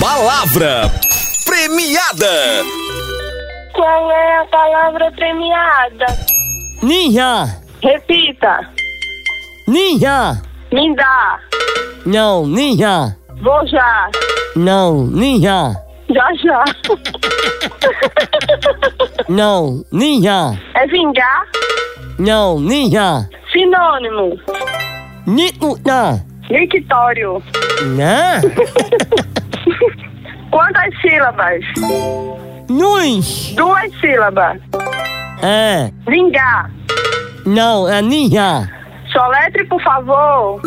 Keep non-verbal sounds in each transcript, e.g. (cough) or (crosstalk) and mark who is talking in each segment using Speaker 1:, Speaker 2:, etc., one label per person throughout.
Speaker 1: Palavra premiada.
Speaker 2: Qual é a palavra premiada?
Speaker 3: Ninja!
Speaker 2: Repita.
Speaker 3: Ninja!
Speaker 2: Me dá.
Speaker 3: Não, ninja!
Speaker 2: Vou já.
Speaker 3: Não, ninja!
Speaker 2: Já já.
Speaker 3: Não, ninja!
Speaker 2: É vingar?
Speaker 3: Não, ninja!
Speaker 2: Sinônimo.
Speaker 3: Nikuta!
Speaker 2: Victório.
Speaker 3: Né?
Speaker 2: Quantas sílabas?
Speaker 3: Nuz!
Speaker 2: Duas sílabas.
Speaker 3: É,
Speaker 2: Vingar.
Speaker 3: não, é ninja!
Speaker 2: Soletre, por favor.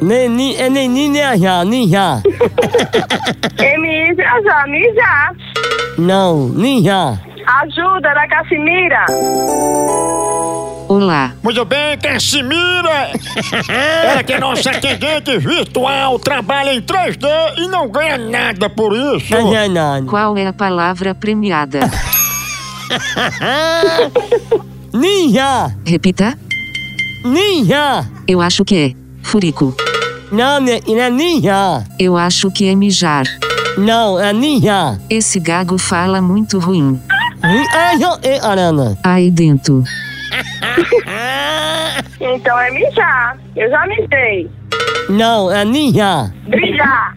Speaker 3: Neni, é neni, ninja, ninja!
Speaker 2: M.I. já já. Me já.
Speaker 3: Não, ninja!
Speaker 2: Ajuda da Cassimira.
Speaker 4: Olá,
Speaker 5: Muito bem, Cassimira! Ela que é nossa atendente virtual, trabalha em 3D e não ganha nada por isso.
Speaker 3: Não é nada!
Speaker 4: qual é a palavra premiada?
Speaker 3: Ninja!
Speaker 4: Repita,
Speaker 3: Ninja!
Speaker 4: eu acho que é. Furico,
Speaker 3: Não, né, ele é ninja!
Speaker 4: eu acho que é mijar.
Speaker 3: Não, é ninja!
Speaker 4: Esse gago fala muito ruim.
Speaker 3: Ah, não, é, arana!
Speaker 4: Aí dentro.
Speaker 2: Então é mijar. Eu já mijei.
Speaker 3: Não, é ninja!
Speaker 2: Brigar.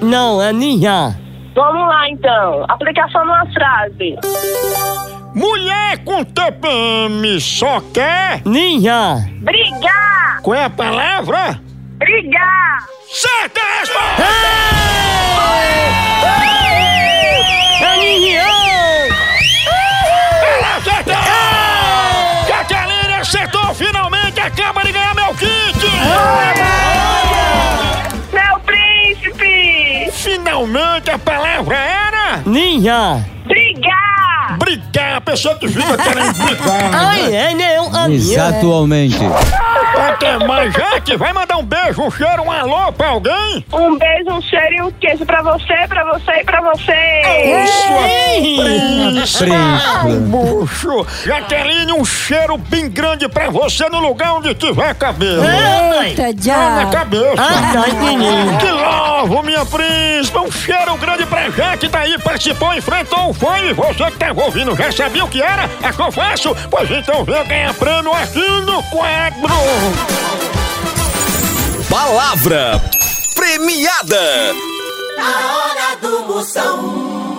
Speaker 3: Não, é ninja!
Speaker 2: Vamos lá, então. Aplicação numa frase.
Speaker 5: Mulher com TPM só quer.
Speaker 3: Ninja!
Speaker 2: Brigar!
Speaker 5: Qual é a palavra?
Speaker 2: Brigar!
Speaker 5: Certa resposta!
Speaker 3: É ninja!
Speaker 5: Ela acertou! Catarina acertou! Finalmente acaba de ganhar meu kit!
Speaker 2: Meu príncipe!
Speaker 5: Finalmente a palavra era.
Speaker 3: Ninja!
Speaker 2: Brigar!
Speaker 5: Brigar, a pessoa que fica querendo
Speaker 3: (laughs)
Speaker 5: brigar.
Speaker 3: Ai, é não, a minha!
Speaker 6: Exatamente.
Speaker 5: Até mais, gente! Vai mandar um beijo, um cheiro, um alô pra alguém?
Speaker 2: Um beijo, um cheiro e um queijo pra você, pra você e pra
Speaker 3: É.
Speaker 2: você!
Speaker 6: Príncipe.
Speaker 5: Bucho! Jaqueline, um cheiro bem grande pra você no lugar onde tiver cabelo.
Speaker 3: Eita,
Speaker 5: Na
Speaker 3: já!
Speaker 5: cabeça.
Speaker 3: É. Ah, tá, entendi!
Speaker 5: Que lovo, minha príncipa! Um cheiro grande pra gente daí, participou, enfrentou o fone. Você que tava ouvindo já sabia o que era? É que eu faço? Pois então vem ganhar prêmio aqui no quadro.
Speaker 1: Palavra premiada.
Speaker 7: A hora do Moção.